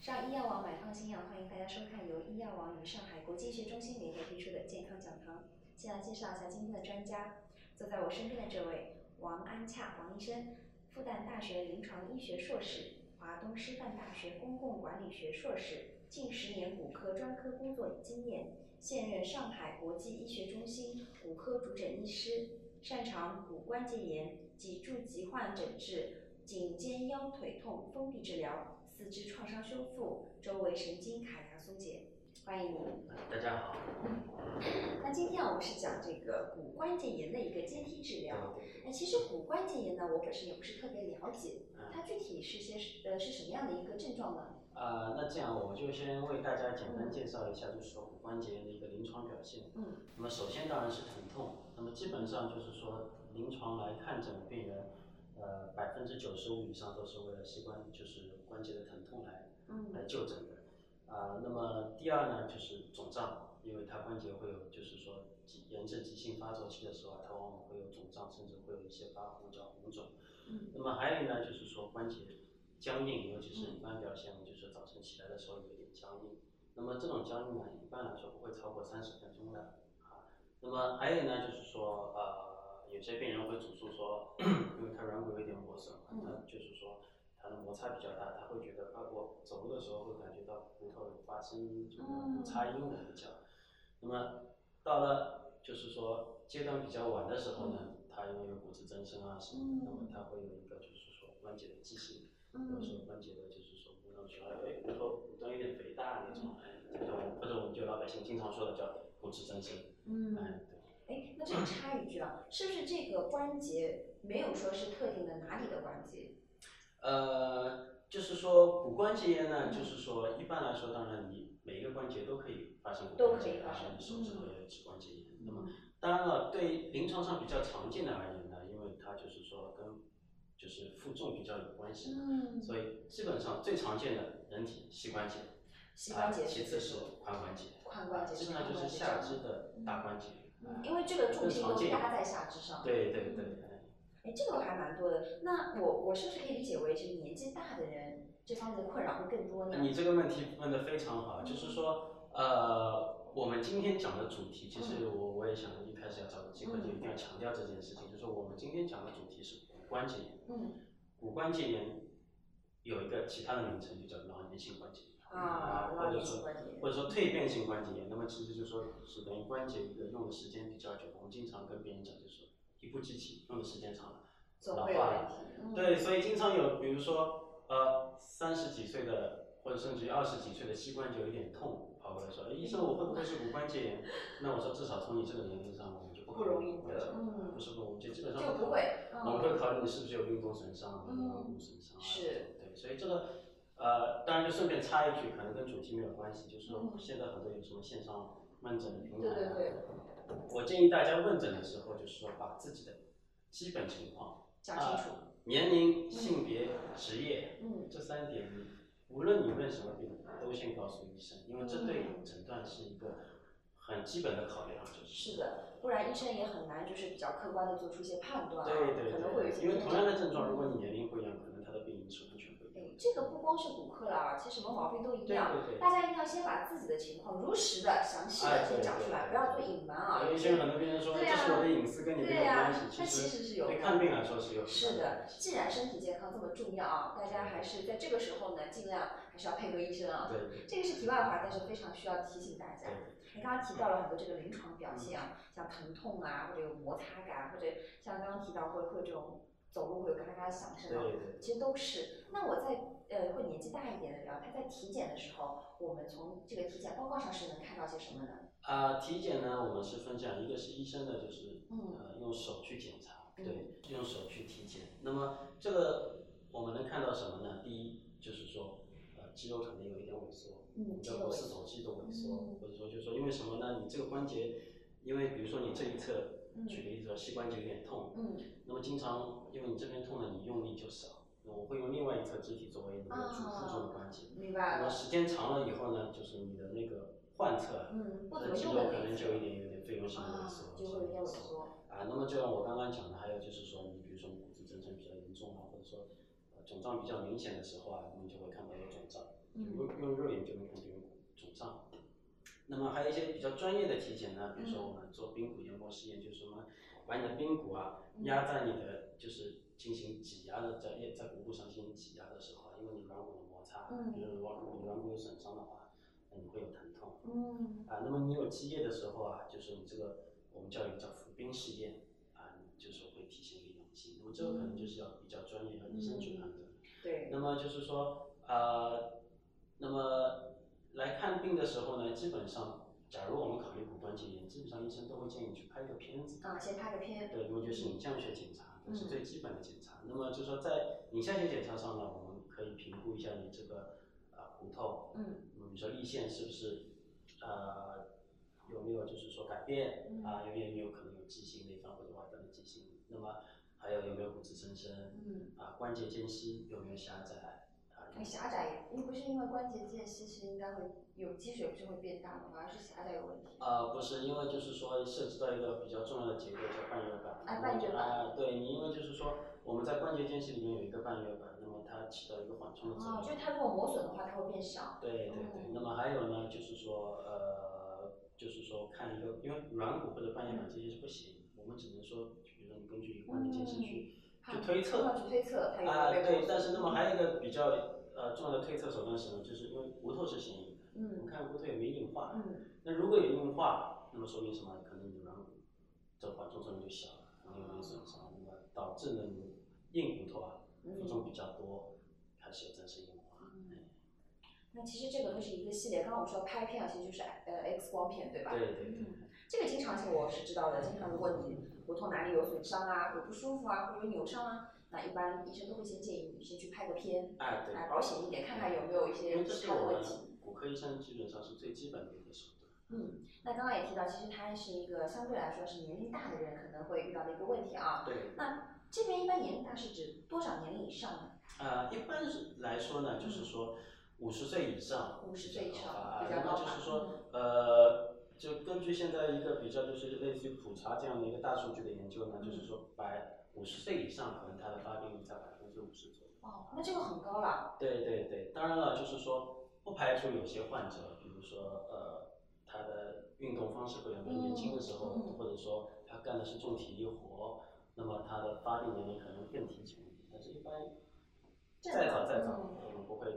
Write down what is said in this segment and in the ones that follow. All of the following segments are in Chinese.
上医药网买放心药，欢迎大家收看由医药网与上海国际医学中心联合推出的健康讲堂。先来介绍一下今天的专家，坐在我身边的这位王安洽王医生，复旦大学临床医学硕士，华东师范大学公共管理学硕士，近十年骨科专科工作经验，现任上海国际医学中心骨科主诊医师，擅长骨关节炎、脊柱疾患诊治、颈肩腰腿痛封闭治疗、四肢创伤修复、周围神经卡牙松解。欢迎您。大家好，嗯那今天啊我们是讲这个骨关节炎的一个阶梯治疗。嗯哎，其实骨关节炎呢，我本身也不是特别了解，它具体是些是呃是什么样的一个症状呢？呃，那这样我就先为大家简单介绍一下，就是说骨关节炎的一个临床表现。嗯那么首先当然是疼痛，那么基本上就是说临床来看诊的病人，呃，百分之九十五以上都是为了膝关就是关节的疼痛来来嗯就诊的。啊、那么第二呢就是肿胀，因为它关节会有就是说急炎症急性发作期的时候啊，它往往会有肿胀，甚至会有一些发红叫红肿。嗯那么还有呢，就是说关节僵硬，尤其是一般表现，就是早晨起来的时候有一点僵硬。那么这种僵硬呢，一般来说不会超过三十分钟的啊。那么还有呢，就是说呃，有些病人会主诉说， 因为他软骨有一点磨损嘛，嗯他就是说他的摩擦比较大，他会觉得啊，我走路的时候会感觉到骨头有发声音，就是摩擦音的比较。那么到了就是说阶段比较晚的时候呢，它因为有骨质增生啊什么的，那么它会有一个就是说关节的畸形，或者嗯说关节的就是说骨头说哎骨头骨头有点肥大那种，哎这种或者我们就老百姓经常说的叫骨质增生，嗯。哎对，哎，那这里插一句啊，是不是这个关节没有说是特定的哪里的关节？呃。就是说，骨关节炎呢，就是说，一般来说，当然你每一个关节都可以发生骨都关可节以炎，发啊生你手指头嗯也有指关节炎。那么嗯当然了，对于临床上比较常见的而言呢，因为它就是说跟就是负重比较有关系，嗯，所以基本上最常见的人体膝关节，膝关节啊其次是是髋关节，髋关节基本上就是下肢的嗯大关节，嗯因为这个重心都压在下肢上。对对对，嗯哎哎，这个还蛮多的。那我我是不是可以理解为，就是年纪大的人这方面的困扰会更多呢？你这个问题问得非常好，就是说，呃，我们今天讲的主题，其实嗯我我也想一开始要找个机会就一定要强调这件事情，就是我们今天讲的主题是骨关节炎。嗯。骨关节炎有一个其他的名称，就叫老年性关节炎啊，老或年者性说关节炎。或者说蜕变性关节炎。那么其实就是说是等于关节一个用的时间比较久，我们经常跟别人讲就是说一部机器用的时间长了。总会有问题。嗯、对，所以经常有，比如说，呃，三十几岁的，或者甚至于二十几岁的膝关节有一点痛，跑过来说，哎医生，我会不会是骨关节炎？ 那我说，至少从你这个年龄上，我们就不呃不容易得嗯不是不容易，就基本上就考不虑会。我们嗯会考虑你是不是有运动损伤、嗯软骨损伤啊，是这种对，所以这个呃，当然就顺便插一句，可能跟主题没有关系，就是说嗯现在很多有什么线上问诊的平台、对啊，对对，我建议大家问诊的时候，就是说把自己的基本情况、讲清楚。年龄、性别、职业嗯这三点，你无论你问什么病，都先告诉医生，因为这对嗯诊断是一个很基本的考量，就是。是的，不然医生也很难就是比较客观的做出一些判断啊，对对可能会有一对，些因为偏同样差的症状，如果你年龄不一样，可能他的病因是完全不一样哎的。这个不光是骨科了啊，其实什么毛病都一对样。对对。大家一定要先把自己的情况如实的、详细哎的对先讲对出来，对不要做隐瞒啊。有一些很多病人说，对这呀是我的隐私，跟你没对有呀、关系。它其实是有对关看病的来说是有很是大的嗯的关，系既然身体健康这么重要啊，大家还是在这个时候呢，尽量还是要配合医生啊。对对这个是题外话，但是非常需要提醒大家。你刚刚提到了很多这个临床表现嗯啊，像疼痛啊，或者有摩擦感，或者像刚刚提到会会有这种走路会有咔咔响声啊，对对。其实都是。那我在呃，会年纪大一点的人啊，他在体检的时候，我们从这个体检报告上是能看到些什么呢？啊、体检呢，我们是分享，一个是医生的，就是嗯呃用手去检查，嗯对，用手去体检。那么这个我们能看到什么呢？第一就是说，呃，肌肉可能有一点萎缩，我嗯，们肌叫肉骨萎四缩，头肌的萎缩嗯，或者说就是说因为什么呢？你这个关节，因为比如说你这一侧，嗯举例子说膝关节有点痛，嗯那么经常因为你这边痛了，你用力就少，那我会用另外一侧肢体作为你的啊主负重的关节。明那白么了，时间长了以后呢，就是你的那个患侧啊。嗯，不那怎么肌用肉的可那能一就有侧一点有点费用性的啊萎缩，，就会有点萎缩，啊，那么就像我刚刚讲的，还有就是说，你比如说骨质增生比较严重啊，或者说呃肿胀比较明显的时候啊，我们就会看到有肿胀。嗯用用肉眼就能感觉肿胀。那么还有一些比较专业的体检呢，比如说嗯我们做髌骨研磨试验，就是什么把你的髌骨啊嗯压在你的就是进行挤压的，在在骨部上进行挤压的时候啊，因为你软骨的摩擦，嗯比如软骨你软骨有损伤的话，那你会有疼痛。嗯啊，那么你有积液的时候啊，就是你这个我们叫一个叫浮冰试验啊，就是会体现一个阳性。那么这个可能就是要比较专业，要医生去判断。对，那么就是说，呃，那么来看病的时候呢，基本上，假如我们考虑骨关节炎，基本上医生都会建议你去拍个片子。啊，先拍个片，对，那么就是影像学检查，这是最基本的检查。那么就是说，在影像学检查上呢，我们可以评估一下你这个呃骨头嗯嗯比如说立线是不是呃有没有就是说改变嗯啊、有没有有没有可能有畸形的一方或者外端的畸形？那么还有有没有骨质增生嗯，啊、关节间隙有没有狭窄啊？哎狭窄，你不是因为关节间隙是应该会有积水，不是会变大的吗？而是狭窄有问题。啊，不是，因为就是说涉及到一个比较重要的结构叫半月板。啊半月板啊，对，你因为就是说我们在关节间隙里面有一个半月板，那么它起到一个缓冲的作用。哦，就是它如果磨损的话，它哦会变小。对对对，那么还有呢，就是说呃，就是说看一个，因为软骨或者半月板这些是不行，我们只能说，就比如说你根据关节间隙去去看推测看去推测嗯它有啊，没有被对磨损。，但是那么还有一个比较呃重要的推测手段是什么？就是因为骨头是显影的，嗯我们看骨头有没有硬化，嗯，那如果有硬化，那么说明什么？可能你的软骨这个缓冲作用就小了，然后有点损伤，那么导致呢你硬骨头啊负嗯重比较多，开始有增生硬化。哎那其实这个会是一个系列。刚刚我们说拍片啊，其实就是呃 X 光片，对吧？对对对。嗯，这个经常性我是知道的，经常如果你骨头哪里有损伤啊，骨不舒服啊，或者扭伤啊，那一般医生都会先建议你先去拍个片，哎，对，来保险一点，看看有没有一因些为这其是他的我问们题。骨科医生基本上是最基本的一个手段。嗯，那刚刚也提到，其实它是一个相对来说是年龄大的人可能会遇到的一个问题啊。对，那这边一般年龄大是指多少年龄以上呢？呃，一般是来说呢，就是说五十岁以上， 50岁以上啊，比较那高吧么嗯就是说，呃，就根据现在一个比较，就是类似于普查这样的一个大数据的研究呢，嗯就是说百五十岁以上，可能它的发病率在百分之五十左右。哦，那这个很高了。对对对，当然了，就是说不排除有些患者，比如说呃，他的运动方式可能在年轻的时候，嗯嗯或者说他干的是重体力活，那么他的发病年龄可能更提前，但是一般再早再早，嗯我们不会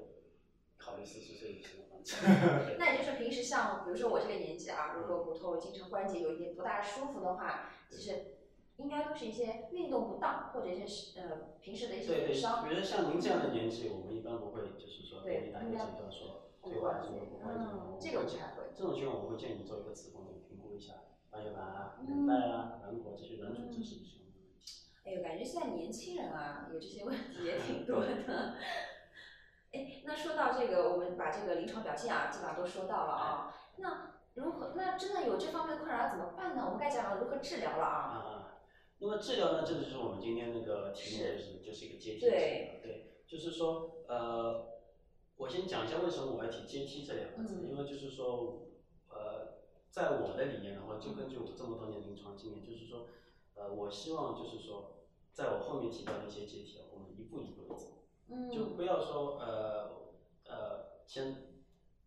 考虑四十岁以上的患者。 那也就是平时像比如说我这个年纪啊，如果骨头经常关节有一点不大舒服的话，其实应该都是一些运动不当或者一些是呃平时的一些对对，损比伤。如说像您这样的年纪，我们一般不会就是说对给你打一应个该诊断说退化性的骨关节炎嗯，我这个会不建太会这种情况我会建议你做一个磁共振，评估一下半月板啊、嗯韧带啊、软骨啊这些软组织是不是有问题。哎呦，感觉现在年轻人啊，有这些问题也挺多的。 哎，那说到这个，我们把这个临床表现啊，基本上都说到了啊。哎那如何？那真的有这方面的困扰怎么办呢？我们该讲讲如何治疗了啊啊。啊，那么治疗呢，这个就是我们今天那个题目，是就是就是一个阶梯治疗，对对，就是说呃，我先讲一下为什么我要提阶梯这两个字，嗯因为就是说呃，在我的理念，然后就根据我这么多年临床经验，就是说呃，我希望就是说。在我后面提到的一些阶梯，啊，我们一步一步的走，嗯，就不要说呃呃，先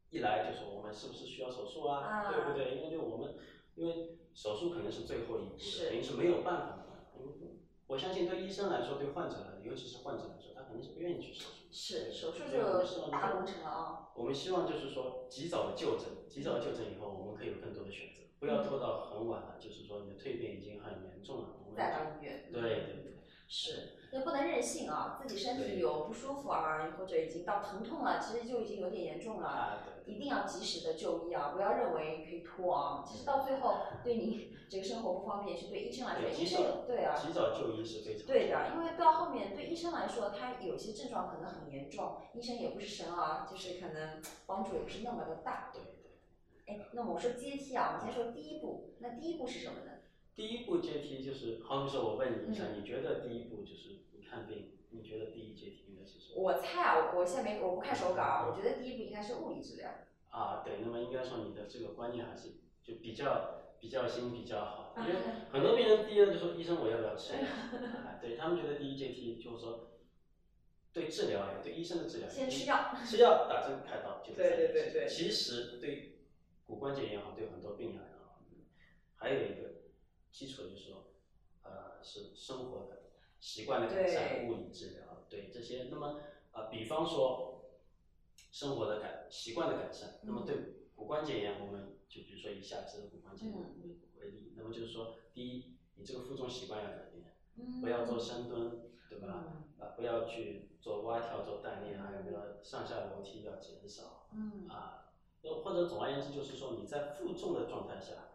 一来就说我们是不是需要手术啊，啊对不对？因为就我们，因为手术可能是最后一步是的，等于是没有办法的。嗯我相信对医生来说，对患者来，尤其是患者来说，他肯定是不愿意去手术。是手术对我们希就望大就工程了啊。我们希望就是说，及早的就诊，及早的就诊以后，我们可以有更多的选择，不要拖到很晚了。就是说，你的蜕变已经很严重了，我们再到医院。嗯对对对。是，也不能任性啊，自己身体有不舒服啊，或者已经到疼痛了，其实就已经有点严重了。啊，对。一定要及时的就医啊，不要认为可以拖啊。其实到最后对你这个生活不方便，是对医生来说，对，医及生早有对啊，及早就医是非常对重要的，因为到后面对医生来说，他有些症状可能很严重，医生也不是神啊，就是可能帮助也不是那么的大。对对。哎，那么我说阶梯啊，我们先说第一步，那第一步是什么呢？第一步阶梯就是，好比说，我问你一下，嗯你觉得第一步就是你看病，你觉得第一阶梯应该是什么？我猜啊，我我现在没我不看手稿啊，我觉得第一步应该是物理治疗。啊，对，那么应该说你的这个观念还是就比较比较新比较好，嗯因为啊很啊多病人第一呢就说医生我要不要吃药？啊，对他们觉得第一阶梯就是说对治疗呀，对医生的治疗，先吃药，吃药打针开刀就是对三对年对期对其实对骨关节也好，对很多病也好，还有一个基础就是说，呃，是生活的习惯的改善，对物理治疗，对这些。那么呃，比方说生活的改习惯的改善，那么对骨关节炎，我们就比如说以下肢的骨关节炎嗯为为例，那么就是说，第一，你这个负重习惯要改变。嗯不要做深蹲，对吧？啊，不要去做蛙跳、做锻炼，啊还有这个上下楼梯要减少嗯啊。又或者总而言之，就是说你在负重的状态下，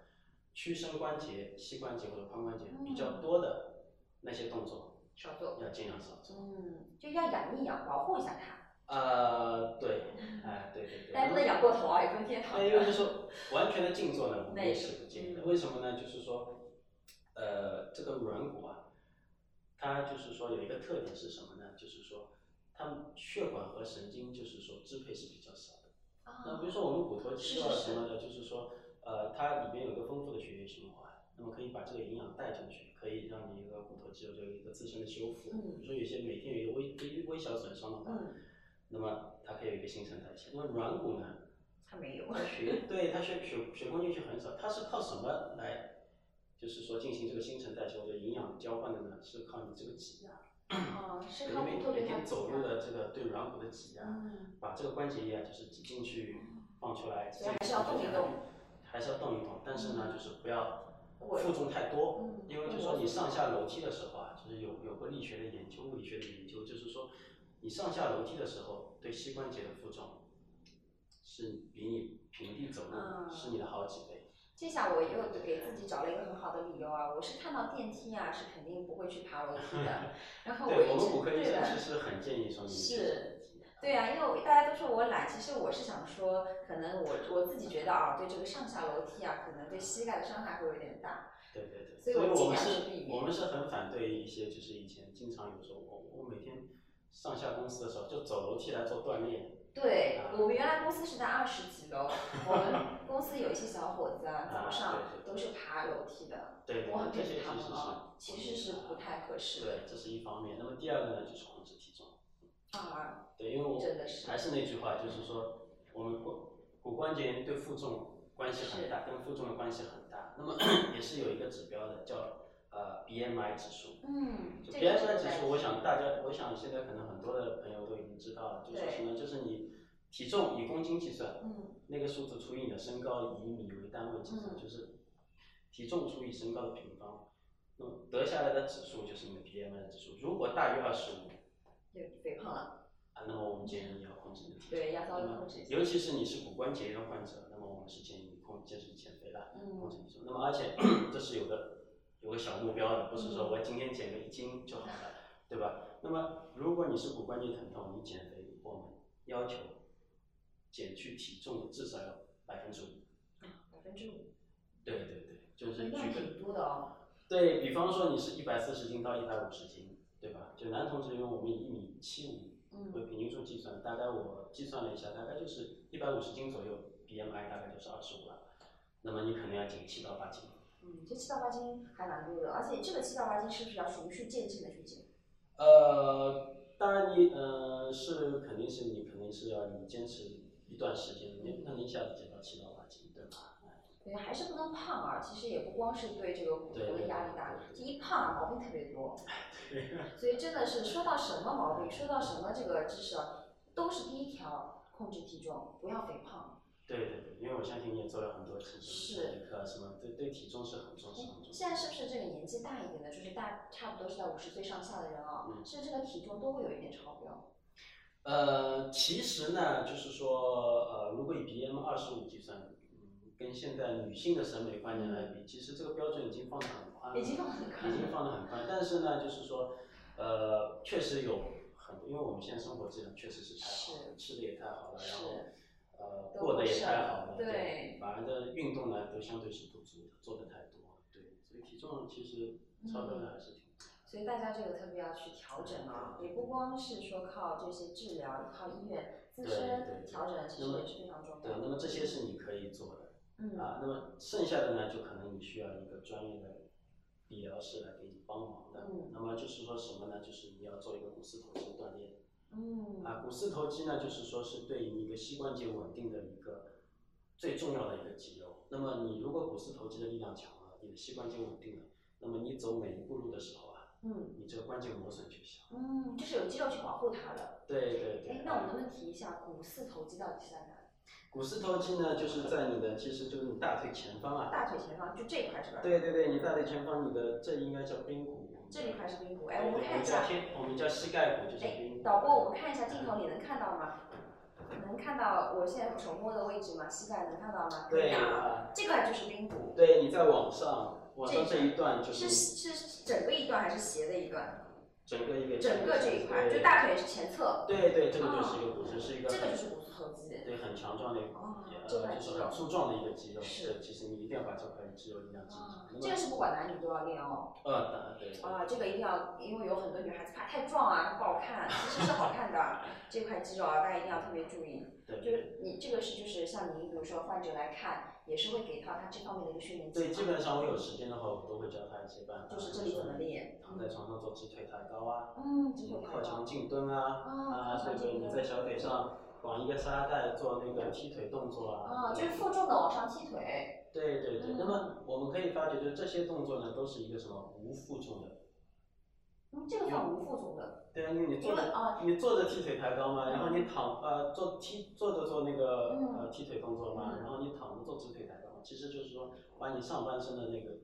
屈伸关节、膝关节或者髋关节比较多的那些动作，少做，要尽量少做。嗯，就要养一养，保护一下它，啊，对，哎，对对对。但不能养过头啊，也不能天天躺那因为就着。是说完全的静坐呢，我那们也也是是不建议的。嗯为什么呢？就是说，呃，这个软骨啊，它就是说有一个特点是什么呢？就是说，它们血管和神经就是说支配是比较少的。那比如说我们骨头肌肉啊啊是是是什么的，就是说，呃，它里面有一个丰富的血液循环，那么可以把这个营养带进去，可以让你一个骨头肌肉就有一个自身的修复。嗯比如说有些每天有一个微微微小损伤的话，嗯那么它可以有一个新陈代谢。那么软骨呢？它没有，它血对它血血血供进去很少，它是靠什么来，就是说进行这个新陈代谢或者营养交换的呢？是靠你这个挤压，哦，是你靠每骨头对每它天走路的，啊的这个对软骨的啊挤压，嗯，把这个关节液啊就是挤进去放出来，所以还是要动一动，嗯还是要动一动，但是呢，就是不要我负重太多，嗯哦因为就是说你上下楼梯的时候啊，就是有有个力学的研究，物理学的研究，就是说你上下楼梯的时候对膝关节的负重是比你平地走路、嗯是你的好几倍。这下我又给自己找了一个很好的理由啊！我是看到电梯啊，是肯定不会去爬楼梯的。 然后我对我一们骨直科医对生的，其实很建议说你去是走楼梯对啊，因为我大家都说我懒，其实我是想说，可能我我自己觉得啊，对这个上下楼梯啊，可能对膝盖的伤害会有点大。对对对，所以所以我尽我们量是去避免我们是很反对一些就是以前经常有时候我我每天上下公司的时候就走楼梯来做锻炼，对啊我们原来公司是在二十几楼，我 们公司有一些小伙子啊，早上啊对对都是爬楼梯的，对，我很这佩些服他其们啊，其实实是是不太合适对，这是一方面。那么第二个呢，就是控制体重。的啊。对，因为我真的是还是那句话，就是说我们骨骨关节炎对负重关系很大，跟负重的关系很大。那么 也是有一个指标的，叫呃 BMI 指数。嗯，就这个是 BMI 不指太数，我想大家，我想现在可能很多的朋友都已经知道了，就说对什么，就是你体重以公斤计算，嗯那个数字除以你的身高以米为单位计算，嗯就是体重除以身高的平方，那么得下来的指数就是你的 BMI 的指数。如果大于二十五，对肥胖了。啊，那么我们建议你要控制你的体重，对要稍微那么控制一下尤其是你是骨关节炎患者，那么我们是建议你控就是减肥啦，嗯控制体重。那么而且 这是有个有个小目标的，不是说我今天减个一斤就好了，对吧？那么如果你是骨关节疼痛，你减肥，我们要求减去体重的至少要百分之五。百分之五，对对对，就是那举个挺多的哦。对比方说你是一百四十斤到一百五十斤，对吧？就男同志，因为我们以一米七嗯五为平均数计算，大概我计算了一下，大概就是一百五十斤左右，BMI 大概就是二十五了。那么你可能要减七到八斤。嗯，这七到八斤还蛮多的，而且这个七到八斤是不是要循序渐进的去减？呃，当然你呃是肯定是你肯定是要你坚持一段时间，你不可能一下子减到七到八斤，对吧？对，还是不能胖啊。其实也不光是对这个骨头对的对压力大对，对这一胖啊毛病特别多。所以真的是说到什么毛病，说到什么这个知识啊，都是第一条，控制体重，不要肥胖。对对对，因为我相信你也做了很多体重是的课啊什么，对对体重是很重视很重视。现在是不是这个年纪大一点的，就是大差不多是在五十岁上下的人啊，嗯是不是这个体重都会有一点超标？呃，其实呢，就是说，呃，如果以 BM 二十五计算，嗯，跟现在女性的审美观念来比，其实这个标准已经放得很宽了，已经放得很宽已经放得很宽。但是呢，就是说，呃，确实有很多，因为我们现在生活质量确实是太好了，吃的也太好了，然后是呃，都过得也是太好了，对反而的运动呢都相对是不足的，做的太多，对，所以体重其实嗯超标的还是挺多的。所以大家这个特别要去调整啊，也不光是说靠这些治疗，靠医院自对身对嗯调整，其那实么也是非常重对，要那的。么这些是你可以做的。嗯，啊，那么剩下的呢，就可能你需要一个专业的理疗师来给你帮忙的。嗯那么就是说什么呢？就是你要做一个股四头肌锻炼，嗯啊，股四头肌呢，就是说是对于一个膝关节稳定的一个最重要的一个肌肉。那么你如果股四头肌的力量强了，你的膝关节稳定了，那么你走每一步路的时候啊，嗯你这个关节磨损就小。嗯，就是有肌肉去保护它的。对对对。哎，那我们能不能提一下股四头肌到底是在哪里？股四头肌呢，就是在你的，其实就是你大腿前方啊。大腿前方就这一块是吧？，对对对，你大腿前方，你的这应该叫髌骨。这一块是髌骨。我哎，我们们看一叫下。天，我们叫膝盖骨，就是髌哎骨。，导播，我们看一下镜头，你能看到吗？能看到我现在手摸的位置吗？膝盖能看到吗？可对以啊。啊，这块就是髌骨，对，你在往上，往上这一段就是是是整个一段还是斜的一段？整个一个整个这一块，就大腿前侧，对对，这个就是一个股，这是一啊这个个就很是股四头肌。对很强壮的一个，哦，这块呃，就肌是肉很。粗壮的一个肌肉。是对，其实你一定要把这块肌肉力量增啊强。这个是不管男女都要练哦。呃，对，啊，这个一定要，因为有很多女孩子怕太壮啊，不好看，其实是好看 的。这块肌肉啊，大家一定要特别注意。对就。是你这个是就是像您，比如说患者来看，也是会给到他这方面的一个训练计划。对，基本上我有时间的话，我都会教他一些办法，就是这里怎么练。躺在床上做直腿抬高啊，嗯，这你个靠看墙到。静蹲啊，啊，啊，这个对对，你这在个小腿上绑一个沙袋做那个踢腿动作啊，啊，就是负重的往上踢腿。对对对。嗯那么我们可以发觉，就是这些动作呢，都是一个什么无负重的。嗯，这个算无负重的。对啊，因为你坐因为啊着，你坐着踢腿抬高嘛，嗯然后你躺呃坐踢坐着做那个嗯呃踢腿动作嘛，嗯然后你躺着做直腿抬高嘛，其实就是说把你上半身的那个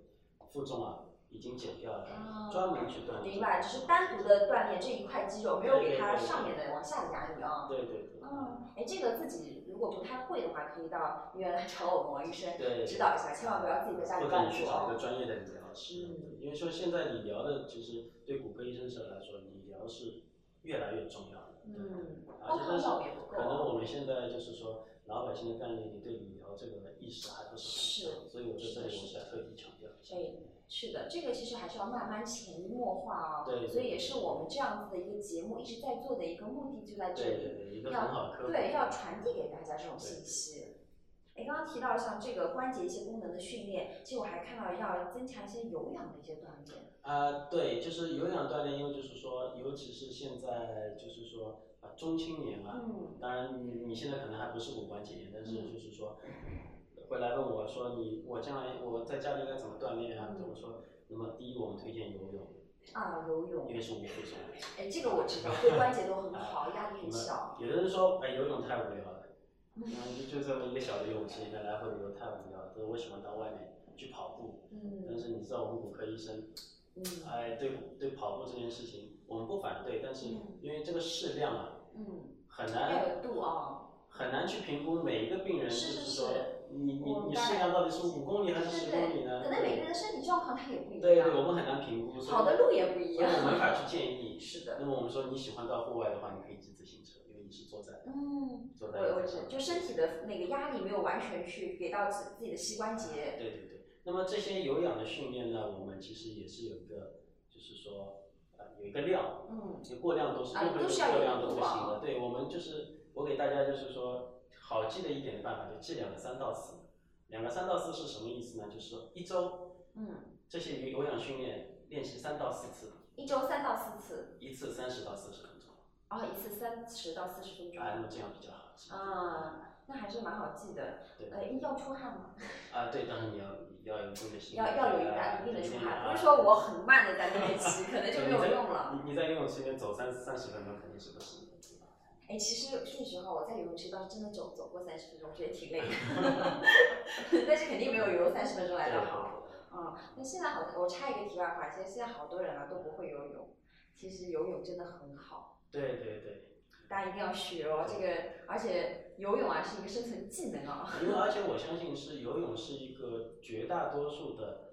负重啊已经减掉了啊，专门去锻炼。明白，只是单独的锻炼这一块肌肉，没有给它对对对上面的往下压力啊。对对对。嗯，哎，这个自己如果不太会的话，可以到医院来找我们王医生对指导一下，千万不要自己在家里或者乱你去做找一个啊。专业的理疗师，嗯因为说现在理疗的其实对骨科医生是来说，理疗是越来越重要的。对嗯，而光且靠但啊是药也不够可能啊。我们现在就是说老百姓的概念里对理疗这个意识还不是是很强，所以我在这里我是要特地强调一下。哎，是的，这个其实还是要慢慢潜移默化哦。对对所以也是我们这样子的一个节目一直在做的一个目的就在这对里对。对，一个很好的科普。对，要传递给大家这种信息。哎，刚刚提到像这个关节一些功能的训练，其实我还看到要增强一些有氧的一些锻炼。啊，对，就是有氧锻炼，因为就是说，尤其是现在就是说啊中青年啊，嗯当然，你你现在可能还不是骨关节炎，但是嗯就是说，回来问我说你我将来我在家里应该怎么锻炼啊？嗯我说，那么第一我们推荐游泳，啊，游泳因，为是无负重，哎，这个我知道，对关节都很好，压力很你们小。有的人说哎游泳太无聊了，嗯然后就就这么一个小的泳池里面来回游太无聊了，所以我喜欢到外面去跑步。但嗯是你知道我们骨科医生，嗯哎对对跑步这件事情我们不反对，但是嗯因为这个适量啊嗯，很要难有度啊。很难去评估每一个病人，就是是说是你你我你大概适量到底是五公里还是对十公里对，呢？可能每个人的身体状况它也不一对对，样，我们很难评估，所以跑的路也不一样所以我没法去建 议。是那的。么我们说你喜欢到户外的话，你可以骑自行车，因为你是坐在嗯，坐在我我椅子知，上，就身体的那个压力没有完全去给到自自己的膝关节。对对对。那么这些有氧的训练呢，我们其实也是有一个，就是说呃有一个量，嗯你过量都是啊任何一都个是要过有量都度不啊行的。对，我们就是我给大家就是说好记的一点的办法，就记两个三到四。两个三到四是什么意思呢？就是说一周嗯，这些有氧训练练习三到四次，一周三到四次。一次三十到四十分钟，哦，一次三十到四十分钟。啊，那么这样比较好记。啊，那还是蛮好记的。对呃，要出汗吗？啊，对，当然你要要有一定的心理要要有一准备点啊一定的出汗，啊不是说我很慢的在练习，可能就没有用了。你你在游泳池里面走三三十分钟肯定是不行的。哎，其实说实话，我在游泳池倒是真的走走过三十分钟，觉得挺累的， 但是肯定没有游三十分钟来的好。啊、那现在好，我插一个题外话，其实现在好多人啊都不会游泳，其实游泳真的很好。对对对，大家一定要学哦，这个而且游泳啊是一个生存技能啊、因为而且我相信是游泳是一个绝大多数的，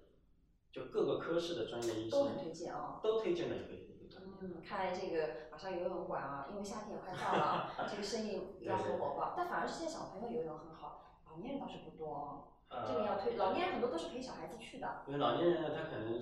就各个科室的专业医都很推生荐哦。都推荐的一个一个锻炼。嗯，看来这个马上游泳馆啊，因为夏天也快到了啊，这个生意 要很火爆。但反而是现在小朋友游泳很好，老年人倒是不多哦。这个要呃，推，老年人很多都是陪小孩子去的。因为老年人呢，他可能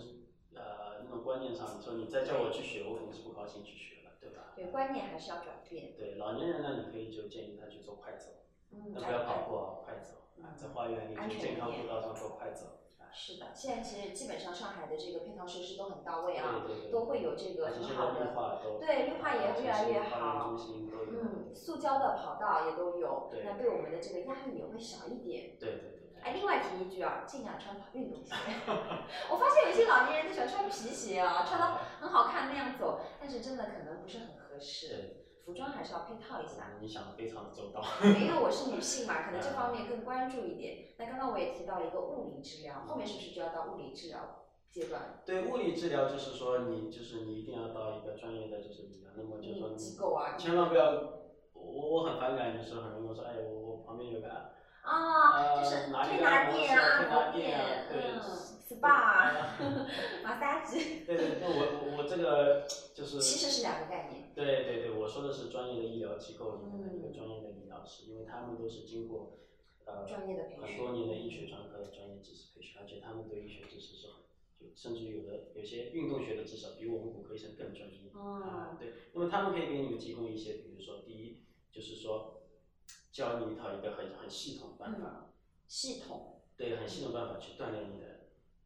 呃那种观念上，你说你再叫我去学，我肯定是不高兴去学了，对吧？对，观念还是要转变。对老年人呢，你可以就建议他去做快走，嗯，那不要跑步啊，快走。嗯啊，在花园里安就全健康一点步道上多快走，啊，是的，现在其实基本上上海的这个配套设施都很到位对啊，对对，都会有这个而且很现好在绿的，化都对绿化也啊越来越好中心都有，嗯，塑胶的跑道也都有，对那对我们的这个压力也会小一点。对对对，哎，另外提一句啊，尽量穿运动鞋。 我发现有一些老年人他喜欢穿皮鞋啊，穿的很好看那样走，但是真的可能不是很合适。对，服装还是要配套一下，你想得非常周到， 因为我是女性嗯嘛，可能这方面更关注一点。那刚刚我也提到了一个物理治嗯疗，后面是不是就要到物理治疗阶段？对物理治疗就是说你就是你一定要到一个专业的就是理疗，那么就是说嗯，你机构啊，千万不要，我我很反感，就是很容易说，哎，我我旁边有个按，啊，就是呃哪里推的按拿摩店啊、师推按拿摩店啊店、对嗯，SPA、马啊杀鸡， 对对，那我我我这个就是，其实是两个概念。嗯对对对，我说的是专业的医疗机构里面的一个专业的理疗师，因为他们都是经过呃专业的培训很多年的医学专科的专业知识培训，而且他们对医学知识是很，就甚至有的有些运动学的知识比我们骨科医生更专业。啊嗯，对，那么他们可以给你们提供一些，比如说第一就是说教你一套一个很很系统的办法，嗯系统，对，很系统的办法去锻炼你的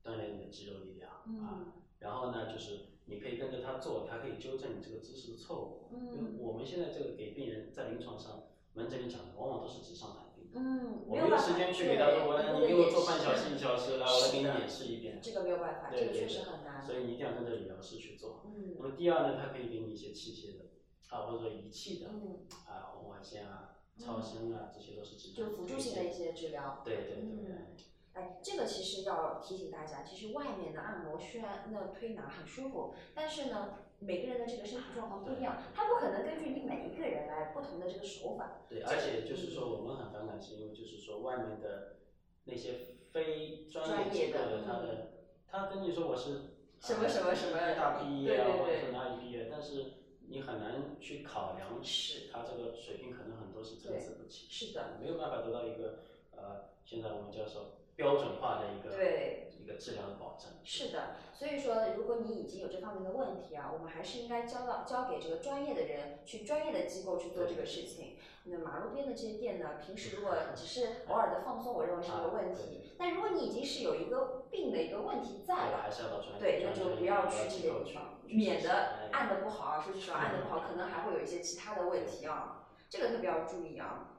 锻炼你的肌肉力量啊。嗯然后呢，就是你可以跟着他做，他可以纠正你这个姿势的错误。因为嗯我们现在这个给病人在临床上门诊里讲的，往往都是纸上谈兵。嗯，我没有有办时法间去给他对说，我一来步你的给我演做半示小时一小时，来，我来给你是的演示一遍。这个没有办法，这对个对确对实很难。所以你一定要跟着理疗师去做。那嗯么第二呢，他可以给你一些器械的啊，或者说仪器的嗯，啊，红外线啊、超声啊，这些都是指就辅助性的一些治疗。对对对对嗯。哎，这个其实要提醒大家，其实外面的按摩虽然那推拿很舒服，但是呢，每个人的这个身体状况不一样，它不可能根据你每一个人来不同的这个手法。对，而且就是说我们很反感，是因为就是说外面的那些非专业机构的，他的他跟你说我是嗯什么什么什么呃大毕业啊，对对对或者说哪里毕业，但是你很难去考量是他这个水平，可能很多是参差不齐，是的，没有办法得到一个呃，现在我们叫做标准化的一个对一个质量的保证。是的，所以说，如果你已经有这方面的问题啊，我们还是应该交到交给这个专业的人，去专业的机构去做这个事情。那马路边的这些店呢，平时如果只是偶尔的放松，我认为是没有问啊对题。但如果你已经是有一个病的一个问题在对了，还是要到专业对，那专就业不要医疗去机这个构地方，去免去得哎按的不好啊。说句实话，按的不好，可能还会有一些其他的问题啊，这个特别要注意啊。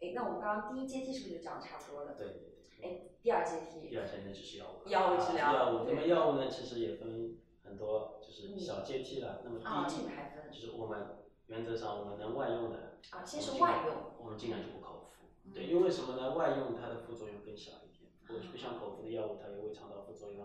哎，那我们刚刚第一阶梯是不是就讲得差不多了？对。第二阶梯，第二阶呢就是药物，哎药物治疗啊药物。那对嗯么药物呢，其实也分很多，就是小阶梯了。那么啊，第这一个还分就是我们原则上我们能外用的，啊，先哦是外用。我们尽量就不口服。对，嗯因为什么呢？外用它的副作用更小一点，不不像口服的药物，它有胃肠道副作用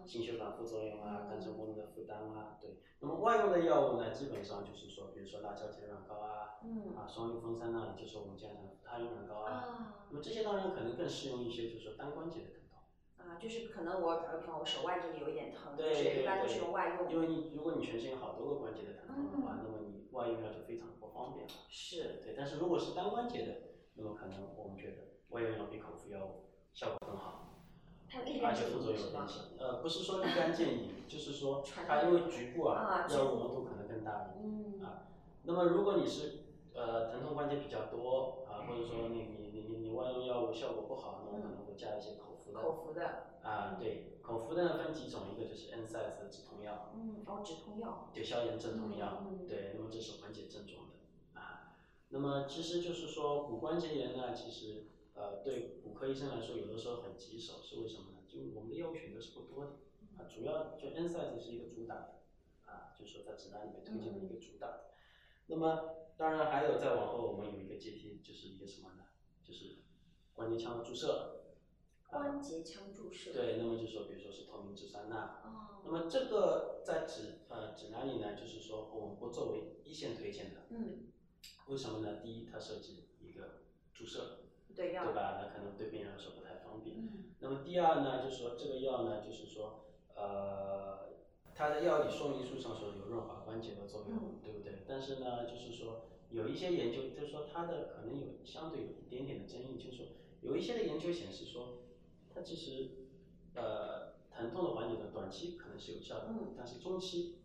啊，心血管副作用啊、嗯肝肾功能的负担啊。对，那么外用的药物呢，基本上就是说，比如说辣椒茄软膏啊、嗯，啊双氯风散钠，就是我们经常讲的他用软膏啊。啊那么这些当然可能更适用一些，就是说单关节的疼痛。啊，就是可能我打个比方，我手腕这里有一点疼，对就是对一般都是用外对，因用，为你如果你全身有好多个关节的疼痛的话，嗯那么你外用药就非常不方便了。是对，但是如果是单关节的，那么可能我们觉得外用药比口服药物效果更好，它立竿而见且副作影用是吧更？小。呃，不是说立竿见影，就是 说传它染因为局部啊啊，药局物部浓度可能更大一点。嗯那么如果你是呃疼痛关节比较多啊，或者说你你你你你外用药物效果不好，那我可能会加一些口服的。口服的，啊，对，口服的呢分几种，一个就是 NSAIDs 的止痛药。嗯，哦，止痛药，对消炎镇痛药，嗯嗯对，那么这是缓解症状的啊。那么其实就是说骨关节炎呢，其实呃对骨科医生来说有的时候很棘手，是为什么呢？就我们的药物选择是不多的啊，主要就 NSAID 是一个主打的啊，就是说在指南里面推荐的一个主打的。那么当然还有再往后，我们有一个阶梯，就是一个什么呢？就是关节腔的注射。关节腔注射，，对，那么就说比如说是透明质酸钠，那哦，么这个在指呃指南里呢，就是说我们不作为一线推荐的，嗯，为什么呢？第一，它涉及一个注射，对对药，吧？那可能对病人来说不太方便。嗯那么第二呢，就是说这个药呢，就是说呃，它的药理说明书上说有润滑关节的作用，嗯对不对？但是呢，就是说有一些研究，就是说它的可能有相对有一点点的争议，就是说有一些的研究显示说，它其实呃疼痛的缓解的短期可能是有效的，嗯但是中期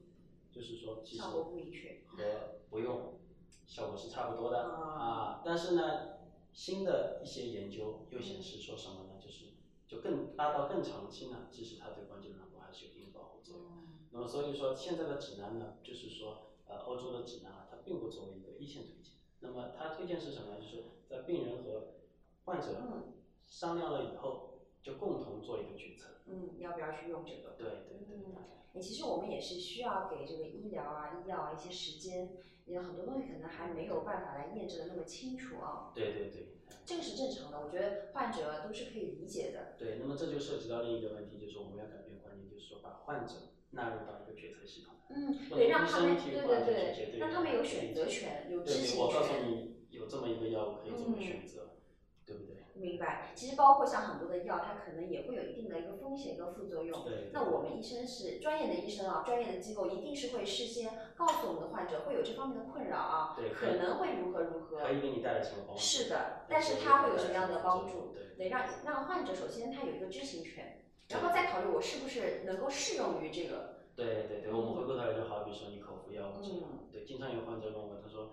就是说其实效果不明确和不用效果是差不多的啊啊，但是呢。新的一些研究又显示说什么呢？就是就更拉到更长期呢，其实它对关节软骨还是有一定的保护作用。嗯那么所以说现在的指南呢，就是说呃欧洲的指南啊，它并不作为一个一线推荐。那么它推荐是什么呢？就是在病人和患者嗯商量了以后，就共同做一个决策。嗯，要不要去用这个？对对对。嗯哎，其实我们也是需要给这个医疗啊、医药啊一些时间，有很多东西可能还没有办法来验证的那么清楚啊，对对对这个是正常的，我觉得患者都是可以理解的。对，那么这就涉及到另一个问题，就是我们要改变观念，就是说把患者纳入到一个决策系统。嗯，不对，能让医他生们替对患对者去决对，定让的他们有对选择权，有知对，情我告诉权。你有这么一个药物可以这么选择，对不对？明白。其实包括像很多的药，它可能也会有一定的一个风险跟副作用。对。那我们医生是专业的医生啊，专业的机构一定是会事先告诉我们的患者会有这方面的困扰啊，对可能会如何如何可。以给你带来什么帮助？是的，哦对但是它会有什么样的帮助？？对得让让患者首先他有一个知情权，然后再考虑我是不是能够适用于这个。对对对，我们回过头来就好比说你口服药物治疗，对，经常有患者问我，他说，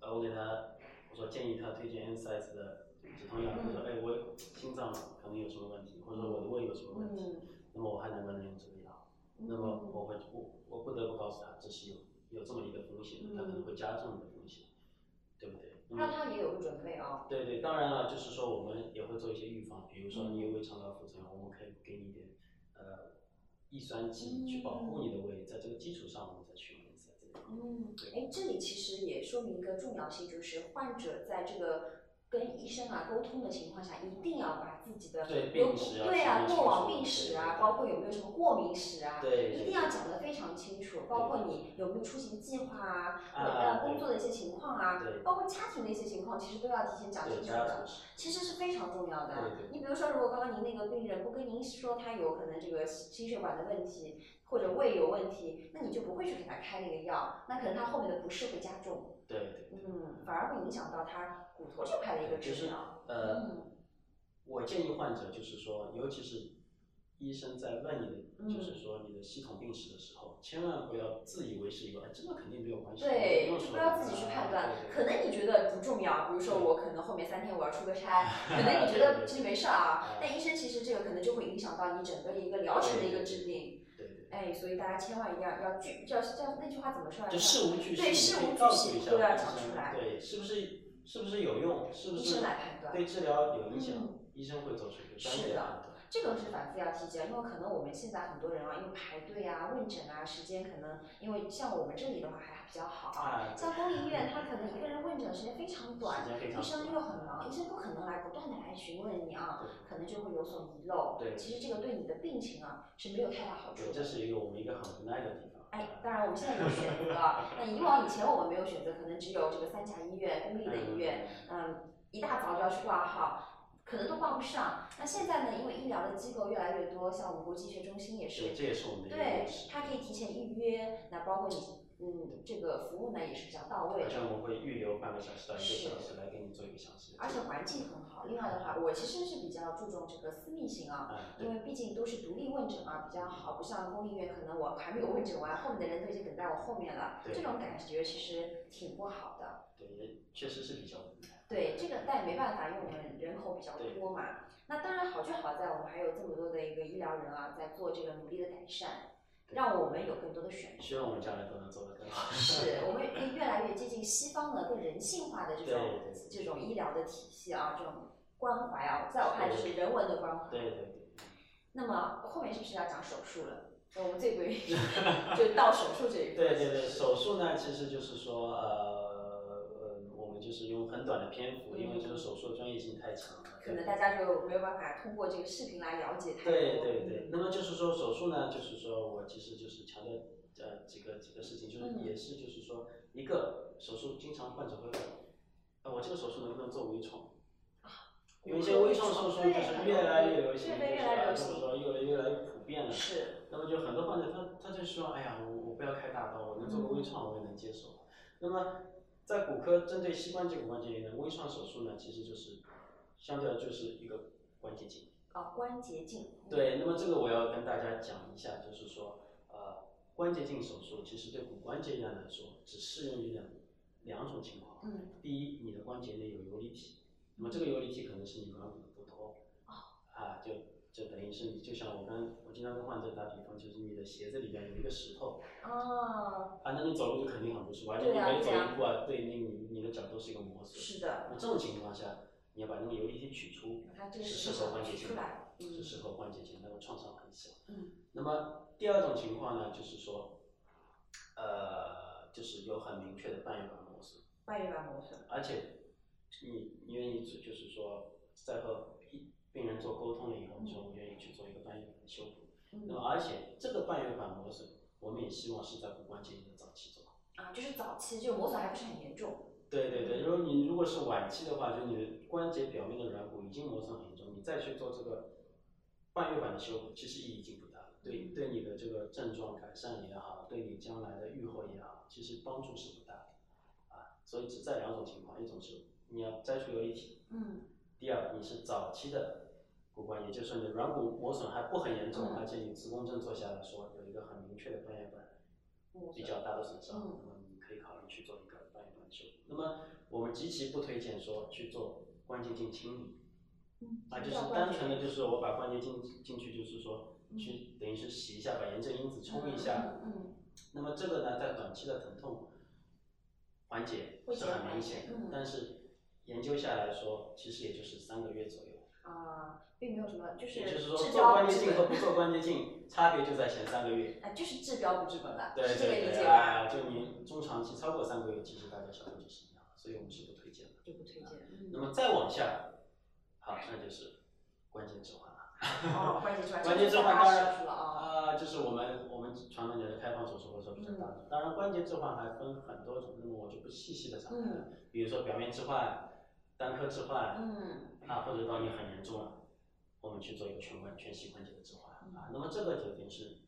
呃，我给他，我说建议他推荐 N s i z e 的止痛药，他说，哎，我心脏可能有什么问题，或者说我的胃有什么问题，嗯，那么我还能不能用这个药？那么我会我我不得不告诉他，这是有有这么一个风险的，它可能会加重你的风险，对不对？那让么他也有个准备啊。对对，当然了，就是说我们也会做一些预防，比如说你有胃肠道副作用，我们可以给你一点呃抑酸剂去保护你的胃，在这个基础上我们再去用 NSAID 这个。嗯，哎，这里其实也说明一个重要性，就是患者在这个跟医生啊沟通的情况下，一定要把自己的对有病史啊对啊，清过往楚病史啊，对包括有没有什么过敏史啊，对，一定要讲得非常清楚，包括你有没有出行计划啊，或者啊呃工作的一些情况啊对，包括家庭的一些情况，其实都要提前讲对清楚家的族。史，其实是非常重要的啊。对对你比如说，如果刚刚您那个病人不跟您说他有可能这个心血管的问题或者胃有问题，那你就不会去给他开那个药，那可能他后面的不适会加重，对对对。嗯，反而会影响到他骨头这块的一个就治是疗。嗯呃，我建议患者就是说，尤其是医生在问嗯你的，就是说你的系统病史的时候，千万不要自以为是一个，哎，这个肯定没有关系，对，用就手不要术自己去啊判断对。对可对能你觉得不重要，比如说我可能后面三天我要出个差，可能你觉得其实没事儿啊， 但医生其实这个可能就会影响到你整个一个疗程的一个制定。对对哎，所以大家千万一定要要具叫叫那句话怎么说来着？对，就事无巨对细，事你可以无巨告诉细一下都要医讲生出来对，是不是是不是有用，是不医生是来判断对治疗有影响嗯，医生会做出一个专是业的的判断。这个是反复要提及的，因为可能我们现在很多人啊，因为排队啊、问诊啊，时间可能因为像我们这里的话还比较好啊，啊，像公立医院他可能一个人问诊时间非常短，时间非常医生短又很忙，医生不可能来不断的来询问你啊，可能就会有所遗漏。对其实这个对你的病情啊是没有太大好对，处这的。是一个我们一个很无奈的地方。哎，当然我们现在有选择啊，那以往以前我们没有选择，可能只有这个三甲医院、公立的医院，嗯，一大早就要去挂号，可能都挂不上。那现在呢，因为医疗的机构越来越多，像我们国际医学中心也对，是，这也是我们的一个对优势，它可以提前预约，那包括你，嗯，这个服务呢也是比较到位而的且。我们会预留半个小时到一个是小时来给你做一个详细的而介且绍。环境很好。另外的话，我其实是比较注重这个私密性啊，啊，对因为毕竟都是独立问诊啊，比较好，不像公立医院，可能我还没有问诊完，后面的人都已经等在我后面了，对这种感觉其实挺不好的。对，也确实是比较无奈。对，这个但也没办法，因为我们人口比较多嘛。那当然好就好在我们还有这么多的一个医疗人啊，在做这个努力的改善，对让我们有更多的选择。希望我们将来都能做得更好。是我们会越来越接近西方的更人性化的这种对对这种医疗的体系啊，这种关怀啊，在我看来就是人文的关怀。 对对对，那么后面是不是要讲手术了？我们最不愿意就到手术这一块。对对对，手术呢，其实就是说，呃呃，我们就是用很短的篇幅，因为这个手术的专业性太强嗯了。可能大家就没有办法通过这个视频来了解太多。对对对，那么就是说手术呢，就是说我其实就是强调呃几个几个事情，就是嗯也是就是说一个手术经常患者会问，啊我这个手术能不能做微创？有一些微创手术就是越来越流对行，对越来越流就是啊行说越来越来越普遍了。是，那么就很多患者他他就说，哎呀，我我不要开大刀，我能做个微创，我也能接受。那么在骨科针对膝关节、骨关节炎的微创手术呢，其实就是相对来就是一个关节镜。哦，关节镜。对，那么这个我要跟大家讲一下，就是说，呃，关节镜手术其实对骨关节炎来说只适用于两两种情况。嗯第一，你的关节内有游离体，那么这个游离体可能是你管骨的不通，哦啊，就就等于是你就像我跟我经常跟患者打比方，就是你的鞋子里面有一个石头，哦，啊，那你走路肯定很不舒服，而且你对啊每走对啊一步啊，对你你你的脚都是一个磨损。是的，那这种情况下，你要把那个游离体取出，把它这个是石适合头关节取性出的来，，是嗯适合关节性的，那个创伤很小。嗯，那么第二种情况呢，就是说，呃，就是有很明确的半月板磨损，半月板磨损，而且你你愿意做就是说，在和病病人做沟通了以后，你说我愿意去做一个半月板的修复。嗯那么而且这个半月板磨损，我们也希望是在骨关节炎的早期做。啊，就是早期就磨损还不是很严重，对对对，如果你如果是晚期的话，就你的关节表面的软骨已经磨损很严重，你再去做这个半月板的修复，其实意义已经不大了。对嗯对，你的这个症状改善也好，对你将来的愈后也好，其实帮助是不大的啊。所以只在两种情况，一种是你要摘除游离体，嗯第二你是早期的骨关，也就是你的软骨磨损还不很严重，嗯而且你磁共振做下来说有一个很明确的半月板磨比损较大的损伤，嗯那么你可以考虑去做一个半月板修复。那么我们极其不推荐说去做关节镜清理，嗯，啊，就比是较关单节纯的就是我把关节进进去，就是说去等于是洗一下，把炎症因子冲一下。嗯嗯那么这个呢，在短期的疼痛缓解会是减很缓明一些显的，嗯但是研究下来说，其实也就是三个月左右。啊，并没有什么，就是也就是治说，做标关不节治镜和本不，做关节镜差别就在前三个月。啊，就是治标不治本了，对是这个对理对解吧？啊，就你中长期超过三个月，其实大家效果就是一样的，所以我们是不推荐的。就不推荐。嗯那么再往下，好，那就是关键置换了。 哦，关节置换，关键置换当然手术了啊，啊、就是我们我们传统讲的开放手术或者说比较大嗯的。当然，关节置换还分很多种，那么我就不细细的展开了。比如说表面置换、单颗置换，嗯，啊，或者到你很严重了，我们去做一个全关全膝关节的置换啊。那么这个就等于是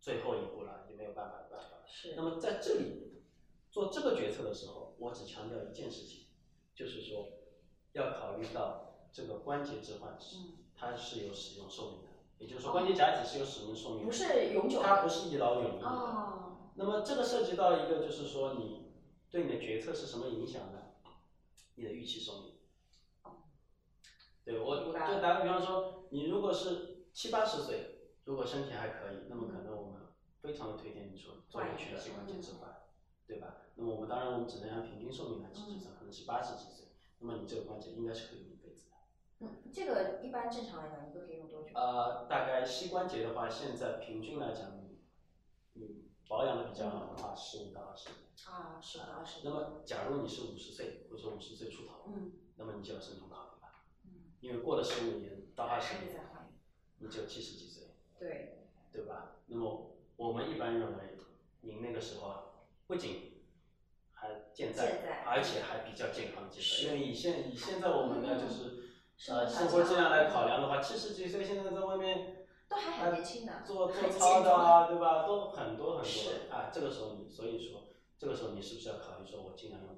最后一步了，也没有办法的办法了。是那么在这里做这个决策的时候，我只强调一件事情，就是说要考虑到这个关节置换是、嗯哦它是有使用寿命的，也就是说关节夹子是有使用寿命的，嗯不是永久的它不是一劳永逸的。哦，那么这个涉及到一个就是说你对你的决策是什么影响呢？你的预期寿命。对我明就白打个比方说，你如果是七八十岁，如果身体还可以，那么可能我们非常的推荐你说做一个全膝嗯关节置换，对吧？那么我们当然我们只能按平均寿命来去计嗯算，可能是八十几岁，那么你这个关节应该是可以用一辈子的。嗯，这个一般正常来讲，一个可以用多久？呃，大概膝关节的话，现在平均来讲，你你保养的比较好的话，十五到二十年。啊，十到二十那么，假如你是五十岁或者五十岁出头，嗯那么你就要慎重考虑了，嗯，因为过了十五年到二十还得再年，换，你只有七十几岁，对，对吧？那么我们一般认为，您那个时候啊，不仅还健在，健在而且还比较健康健是在，因为以现以现在我们的就是、生活呃条生活件质量来嗯考量的话，七十几岁现在在外面都还呃很年轻呢，做很做健操的康啊，对吧？都很多很是多啊。这个时候你，所以说这个时候你是不是要考虑说，我尽量用，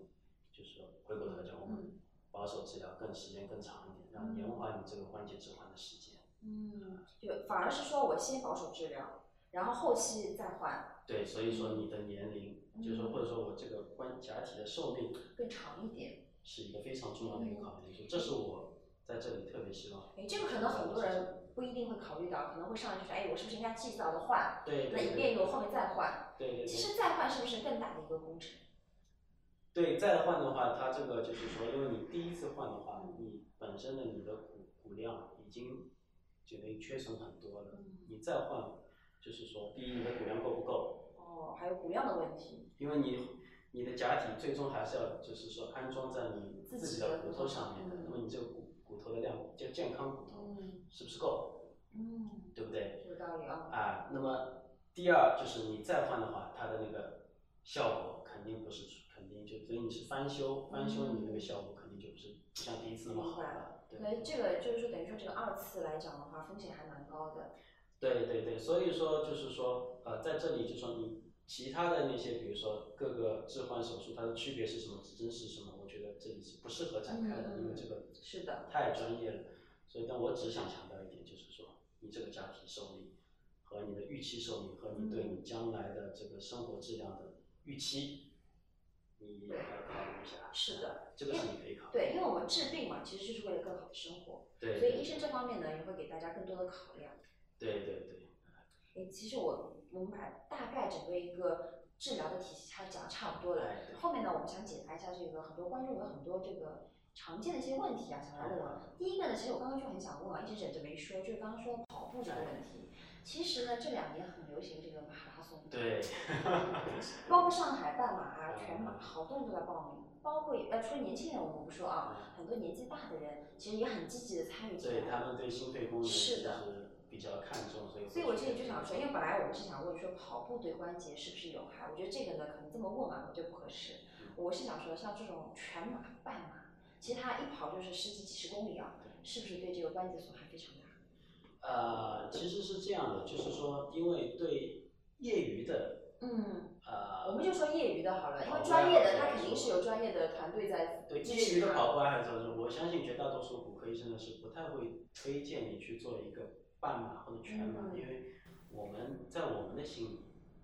就是说回过头来讲，我嗯们保守治疗更时间更长一点，让延缓你这个关节置换的时间。嗯，就反而是说我先保守治疗，然后后期再换，对，所以说你的年龄，嗯就是说或者说我这个关假体的寿命更长一点。是一个非常重要的一个考虑因素，这是我在这里特别希望。嗯哎，这个可能很多人不一定会考虑到，可能会上来就说，哎，我是不是应该尽早的换？对那对以便于对我后面再换。对对对。其实再换是不是更大的一个工程？对，再换的话，它这个就是说，因为你第一次换的话，你本身的你的骨骨量已经就等于缺损很多了，嗯，你再换，就是说，第一，你的骨量够不够？哦，还有骨量的问题，因为你你的假体最终还是要就是说安装在你自自己己的的骨骨头头上面的嗯，那么你这个骨骨头的量就健康骨头嗯是不是够？嗯，对不对？有道理啊，啊，那么第二就是你再换的话，它的那个效果肯定不是，肯定就所以你是翻修，翻修你那个效果肯定就不是不像第一次那么好了。所以对这个就是说等于说这个二次来讲的话，风险还蛮高的。对对对，所以说就是说，呃，在这里就说你其他的那些，比如说各个置换手术，它的区别是什么，指针是什么，我觉得这里是不适合展开的，嗯因为这个是的，太专业了。所以，但我只想强调一点，就是说，你这个假体寿命和你的嗯预期寿命和你对你将来的这个生活质量的预期，你要考虑一下。是的，这个是你可以考虑。对，因为我们治病嘛，其实就是为了更好的生活，对所以医生这方面呢也会给大家更多的考量。对对对，诶，其实我我们把大概整个一个治疗的体系它讲差不多了。哎对后面呢，我们想解答一下这个很多观众有很多这个常见的一些问题啊，想来问我。第一个呢，其实我刚刚就很想问啊，一直忍着没说，就是刚刚说跑步这个问题。其实呢，这两年很流行这个马拉松，对， 包括上海半马啊、嗯全马，好多人都在报名。包括呃，除了年轻人，我们不说啊，嗯很多年纪大的人其实也很积极的参与进来。对他们对心肺功能是的就是比较看重，所以所以我这里就想说，因为为本来我们是想问说跑步对关节是不是有害，我觉得这个呢可能这么问啊，我觉得不合适嗯。我是想说，像这种全马、半马，其实它一跑就是十几、几十公里啊，是不是对这个关节损害非常大？呃，其实是这样的，就是说，因为对业余的嗯，呃，我们就说业余的好了，因为跑步专业的爱好者他肯定是有专业的团队在对支业持余的他。跑步啊爱好者，我相信绝大多数骨科医生呢是不太会推荐你去做一个半马或者全马，嗯因为我们在我们的心里，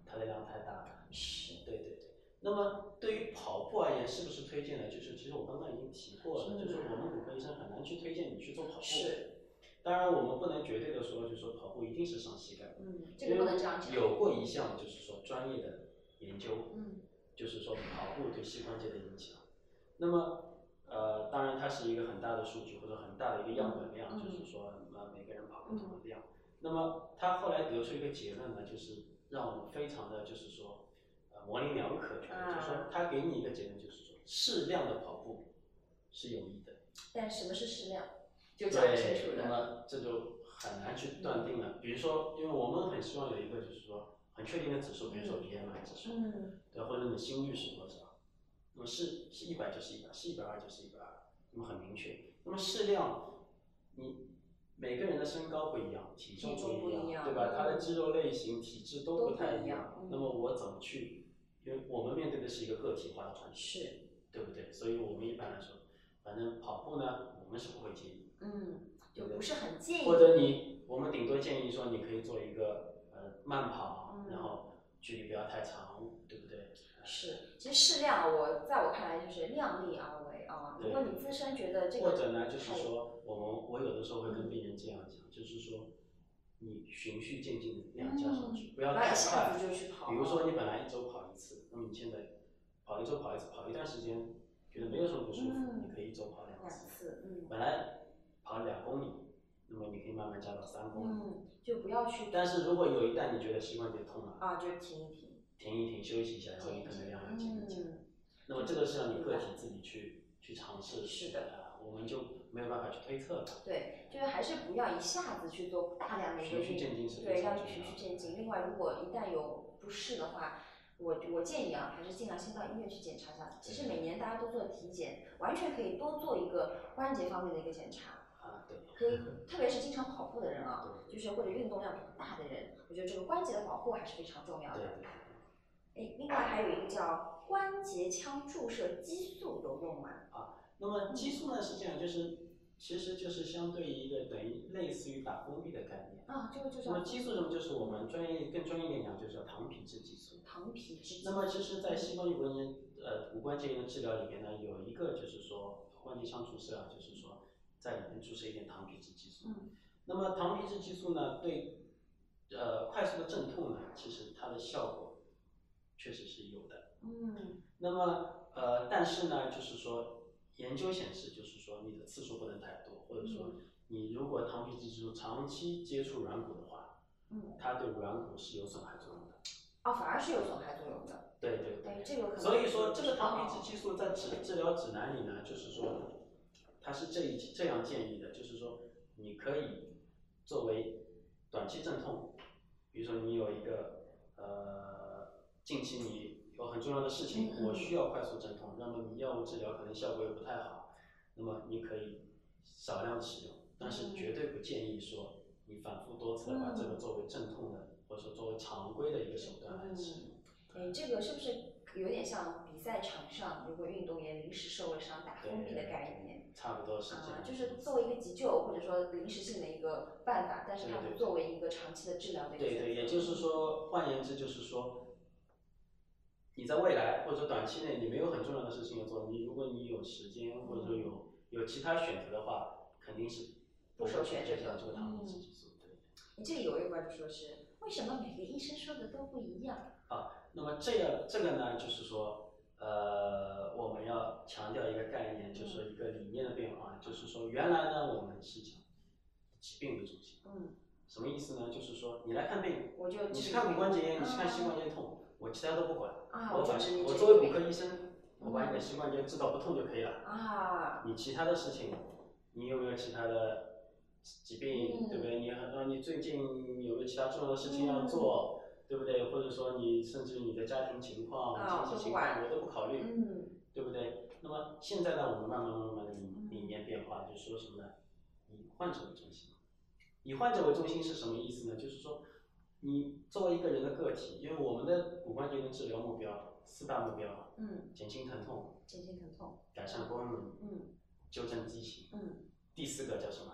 它的量太大了。是，对对对。那么对于跑步而言，是不是推荐呢？就是其实我刚刚已经提过了，嗯就是我们骨科医生很难去推荐你去做跑步。是。当然，我们不能绝对的说，就是说跑步一定是伤膝盖的，嗯，这因个不为能这样讲。有过一项就是说专业的研究，嗯就是说跑步对膝关节的影响。那么，呃，当然它是一个很大的数据或者很大的一个样本嗯量，就是说呃每个人跑不同的量。那么他后来得出一个结论呢，就是让我们非常的就是说呃模棱两可，觉得、啊就是说他给你一个结论，就是说适量的跑步是有益的。但什么是适量，就讲不清对楚，那的。么这就很难去断定了。比如说，因为我们很希望有一个就是说很确定的指数，比如说 BMI 指数。嗯对，或者你心率是多少？那么是是一百就是一百，是一百二就是一百二，那么很明确。那么适量，你每个人的身高不一样，体重体重不不一一样对吧？嗯他的肌肉类型、体质都都不太不一一样嗯那么我怎么去？因为我们面对的是一个个体化的环境，是，对不对？所以我们一般来说，反正跑步呢，我们是不会建议，嗯，就不是很建议。或者你，我们顶多建议说你可以做一个呃慢跑，嗯然后距离不要太长，对不对？是，其实适量，啊我在我看来就是量力而为啊。如果你自身觉得这个，或者呢，就是，说，我们我有的时候会跟病人这样讲，就是说，你循序渐进的那样加上去，不要不太要一嗯下快子。就去跑。啊比如说，你本来一周跑一次，那么你现在跑一周跑一次，跑一段时间觉得没有什么不舒服，嗯你可以一周跑两两次。次，嗯本来跑两公里，那么你可以慢慢加到三公里。嗯，就不要去但是如果有一旦你觉得膝关节痛了，啊，就停一停，停一停，休息一下，然后减你一可能减，量要减一减。嗯，那么这个是让你个体自己去去尝试。是的啊，我们就没有办法去推测了。对，就是还是不要一下子去做大量的一个循序运渐进是对，非常要重去循序要渐的啊进。另外，如果一旦有不适的话，我我建议啊，还是尽量先到医院去检查一下。其实每年大家都做体检，完全可以多做一个关节方面的一个检查。啊，对，可 以，特别是经常跑步的人啊，对就是或者运动量比较大的人，我觉得这个关节的保护还是非常重要对的。对。哎，另外还有一个叫关节腔注射激素有用吗？那么激素呢是这样，就是其实就是相对于一个等于类似于打封闭的概念。啊，这个就那么叫激素什么？就是我们专业更专业一点讲，就是叫糖皮质激素。糖皮质激素。那么其实，在膝关节关节呃骨关节炎的治疗里面呢，有一个就是说关节腔注射啊，就是说在里面注射一点糖皮质激素。嗯。那么糖皮质激素呢，对呃快速的镇痛呢，其实它的效果确实是有的。嗯那么呃，但是呢，就是说研究显示，就是说你的次数不能太多，或者说你如果糖皮质激素长期接触软骨的话，嗯，它对软骨是有损害作用的。啊，反而是有损害作用的。对对对。哎，这个可能啊哦所以说，这个糖皮质激素在治治疗指南里呢，就是说，它是这一这样建议的，就是说，你可以作为短期镇痛，比如说你有一个呃，近期你有很重要的事情，嗯我需要快速镇痛，那么你药物治疗可能效果也不太好，那么你可以少量使用，但是绝对不建议说你反复多次的把这嗯个作为镇痛的，或者说作为常规的一个手段来使用。哎，这个是不是有点像比赛场上如果运动员临时受了伤打封闭的概念？差不多是这啊样，。就是作为一个急救或者说临时性的一个办法，但是它对不对作为一个长期的治疗的一个对选择对，也就是说，换言之就是说，你在未来或者说短期内你没有很重要的事情要做，你如果你有时间或者嗯说有有其他选择的话，肯定是不首去选这这条个这个堂嗯的事情做。对。你这里有一个关注说是为什么每个医生说的都不一样？那么这个这个呢，就是说，呃，我们要强调一个概念，就嗯是说一个理念的变化，就是说原来呢我们是讲疾病为中心，嗯，什么意思呢？就是说你来看病，我就你只是看骨关节炎，你是看啊膝关节痛，我其他都不管，啊，我就管只我只作为一骨个科医生，我把你的膝关节治到不痛就可以了。啊，你其他的事情，你有没有其他的疾病，嗯对不对？你很，呃你最近有没有其他重要的事情要做，嗯对不对？或者说你甚至你的家庭情况、啊经济都不情管况，我都不考虑，嗯对不对？那么现在呢，我们慢慢慢慢的理嗯理念变化，就是说什么呢？以患者为中心。以患者为中心是什么意思呢？就是说，你作为一个人的个体，因为我们的骨关节的治疗目标四大目标：嗯，减轻疼痛、减轻疼痛，改善功能、嗯纠正畸形。嗯，第四个叫什么？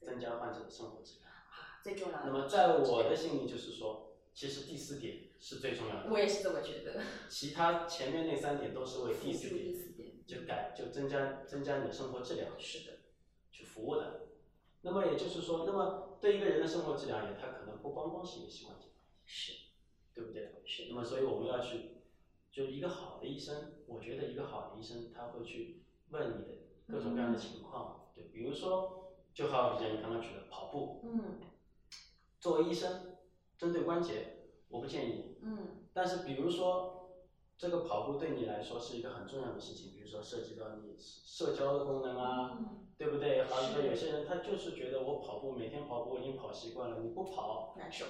增加患者的生活质量。啊，最重要的。那么在我的心里就是说，其实第四点是最重要的，我也是这么觉得，其他前面那三点都是为第四辅助第点，四点就改就增加增加你的生活质量是的，去服务的。那么也就是说，那么对一个人的生活质量也，它可能不光光是一个膝关节，是对不对？是那的，么所以我们要去，就一个好的医生，我觉得一个好的医生他会去问你的各种各样的情况，对，比如说，就好比像你刚刚举的跑步，嗯作为医生，针对关节，我不建议。嗯但是比如说，这个跑步对你来说是一个很重要的事情，比如说涉及到你社交的功能啊，嗯，对不对？好比说是有些人他就是觉得我跑步每天跑步我已经跑习惯了，你不跑难受，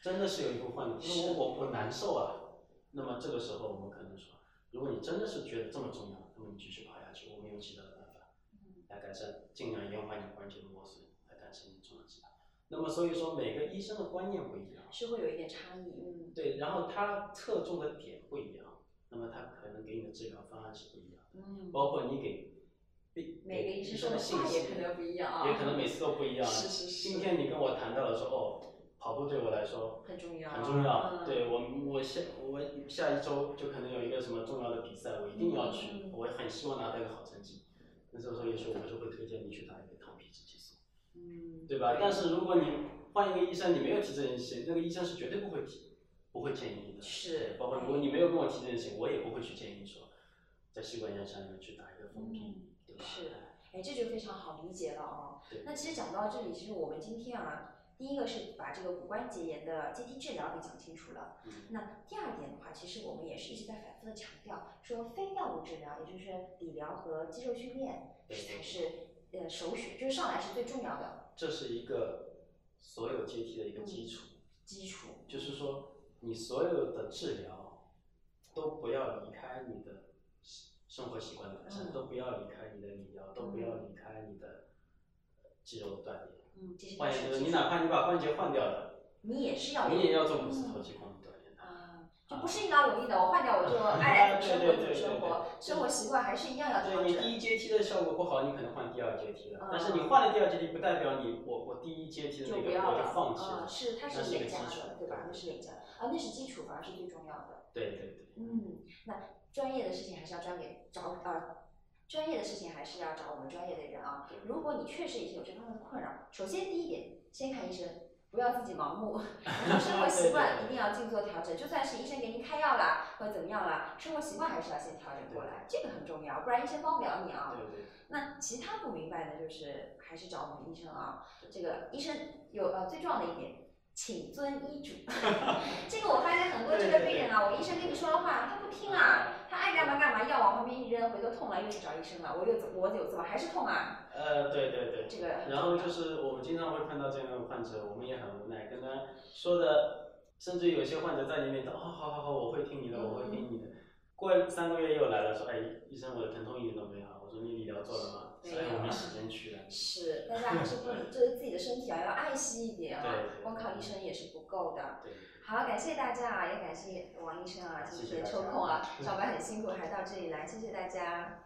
真的是有一部分，就是是我我难受啊。那么这个时候我们可能说，如果你真的是觉得这么重要，那么你继续跑下去，我们有其他的办法。嗯来改善，尽量延缓你关节的磨损，来改善你重要疾病。那么所以说每个医生的观念不一样，是会有一点差异，嗯对，然后他侧重的点不一样，那么他可能给你的治疗方案是不一样的，嗯，包括你给给每个给医生医说生的的信话息也可能不一样啊，也可能每次都不一样。是是是今天你跟我谈到了说哦，跑步对我来说很重要，很重要，嗯对我我下我下一周就可能有一个什么重要的比赛，我一定要去，嗯我很希望拿到一个好成绩。那这个时候也许我们就会推荐你去打一个糖皮质激素。嗯对吧？但是如果你换一个医生，你没有提这件事情，那个医生是绝对不会提，不会建议你的。是包括如果你没有跟我提这件事情，我也不会去建议你说，在膝关节上面去打一个封闭，嗯对吧？是哎，这就非常好理解了哦对。那其实讲到这里，其实我们今天啊，第一个是把这个骨关节炎的阶梯治疗给讲清楚了。嗯那第二点的话，其实我们也是一直在反复的强调，说非药物治疗，也就是理疗和肌肉训练对对才是呃首选，就是上来是最重要的这是一个所有阶梯的一个基础，基础。就是说你所有的治疗都不要离开你的生生活习惯的改善，嗯都不要离开你的理疗，都不要离开你的肌肉锻炼。嗯，这是换言基之，础你哪怕你把关节换掉了。你也是要你也有要做股四头肌功能锻炼的。啊，就不是一劳永逸的，我换掉我就爱爱怎么生 活怎么生活，生活习惯还是一样要调对你整。第一阶梯的效果不好，你可能换第二阶梯了嗯。但是你换了第二阶梯，不代表你我我第一阶梯的就那不个要我了就放弃啊，了。是它那是是一个累加基础的，对吧？对那是累加的啊，那是基础，反而是最重要的。对对对。嗯，那专业的事情还是要专给找啊，专业的事情还是要找我们专业的人啊。对如果你确实已经有这方面的困扰，首先第一点，先看医生，不要自己盲目，然后生活习惯一定要尽做调整。就算是医生给你开药啦，或者怎么样啦，生活习惯还是要先调整过来，这个很重要，不然医生帮不了你啊。对对，那其他不明白的，就是还是找我们医生啊。这个医生有呃最重要的一点，请遵医嘱。 这个我发现很多这个病人啊，我医生跟你说的话他不听啊，他爱干嘛干嘛，药往旁边一扔，回头痛了又去找医生了，我又怎我又怎么还是痛啊？呃，对对对。这个很然后就是我们经常会看到这样的患者，我们也很无奈，跟他说的，甚至有些患者在你面前，哦，好好好，我会听你的，我会听你的。过三个月又来了，说，哎，医生，我的疼痛一点都没好。我说你理疗做了吗？没说哎，我有没时间去了。是大家还是不能对自己的身体啊要爱惜一点啊对对，光靠医生也是不够的。对。好，感谢大家啊，也感谢王医生啊，今谢谢天大抽家 空啊，上班很辛苦还到这里来，谢谢大家。